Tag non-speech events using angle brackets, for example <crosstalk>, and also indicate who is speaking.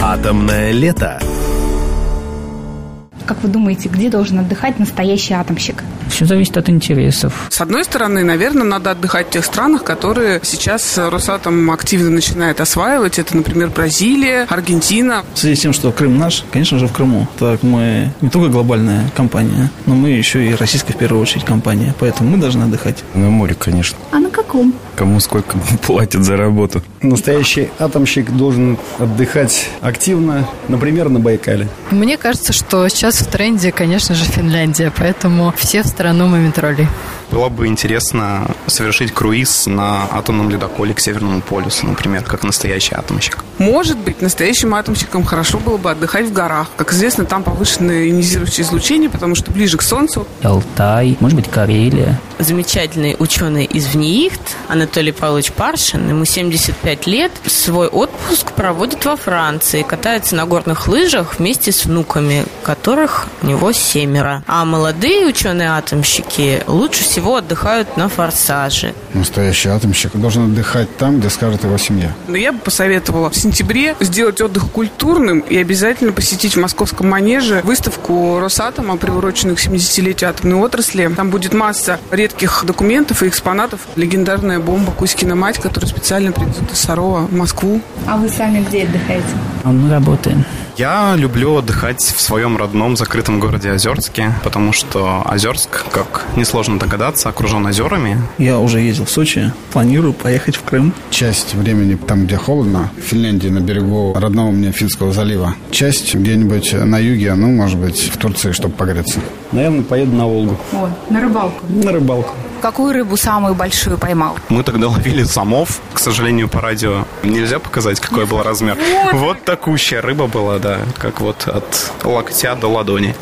Speaker 1: Атомное лето.
Speaker 2: Как вы думаете, где должен отдыхать настоящий атомщик?
Speaker 3: Все зависит от интересов.
Speaker 4: С одной стороны, наверное, надо отдыхать в тех странах, которые сейчас Росатом активно начинает осваивать. Это, например, Бразилия, Аргентина.
Speaker 5: В связи с тем, что Крым наш, конечно же, в Крыму. Так мы не только глобальная компания, но мы еще и российская в первую очередь компания. Поэтому мы должны отдыхать.
Speaker 6: На море, конечно.
Speaker 2: А на каком?
Speaker 6: Кому сколько <laughs> платят за работу.
Speaker 7: Настоящий атомщик должен отдыхать активно, например, на Байкале.
Speaker 8: Мне кажется, что сейчас в тренде, конечно же, Финляндия, поэтому все в страну мумитролей.
Speaker 9: Было бы интересно совершить круиз на атомном ледоколе к Северному полюсу, например, как настоящий атомщик.
Speaker 4: Может быть, настоящим атомщикам хорошо было бы отдыхать в горах. Как известно, там повышенное ионизирующее излучение, потому что ближе к Солнцу.
Speaker 3: Алтай, может быть, Карелия.
Speaker 10: Замечательный ученый из ВНИИХТ Анатолий Павлович Паршин, ему 75 лет, свой отпуск проводит во Франции, катается на горных лыжах вместе с внуками, которых у него семеро. А молодые ученые-атомщики лучше всего всего отдыхают на форсаже.
Speaker 11: Настоящий атомщик должен отдыхать там, где скажет его семья.
Speaker 4: Но я бы посоветовала в сентябре сделать отдых культурным и обязательно посетить в московском манеже выставку Росатома, приуроченную к 70-летию атомной отрасли. Там будет масса редких документов и экспонатов. Легендарная бомба Кузькина мать, которую специально привезут из Сарова в Москву.
Speaker 2: А вы сами где отдыхаете?
Speaker 3: А мы работаем.
Speaker 9: Я люблю отдыхать в своем родном закрытом городе Озерске, потому что Озерск, как несложно догадаться, окружен озерами.
Speaker 5: Я уже ездил в Сочи, планирую поехать в Крым.
Speaker 11: Часть времени там, где холодно, в Финляндии, на берегу родного мне Финского залива. Часть где-нибудь на юге, ну, может быть, в Турции, чтобы погреться.
Speaker 7: Наверное, поеду на Волгу.
Speaker 2: О, на рыбалку.
Speaker 7: На рыбалку.
Speaker 2: Какую рыбу самую большую поймал?
Speaker 9: Мы тогда ловили самов. К сожалению, по радио нельзя показать, какой был размер. Вот такущая рыба была, да, как вот от локтя до ладони.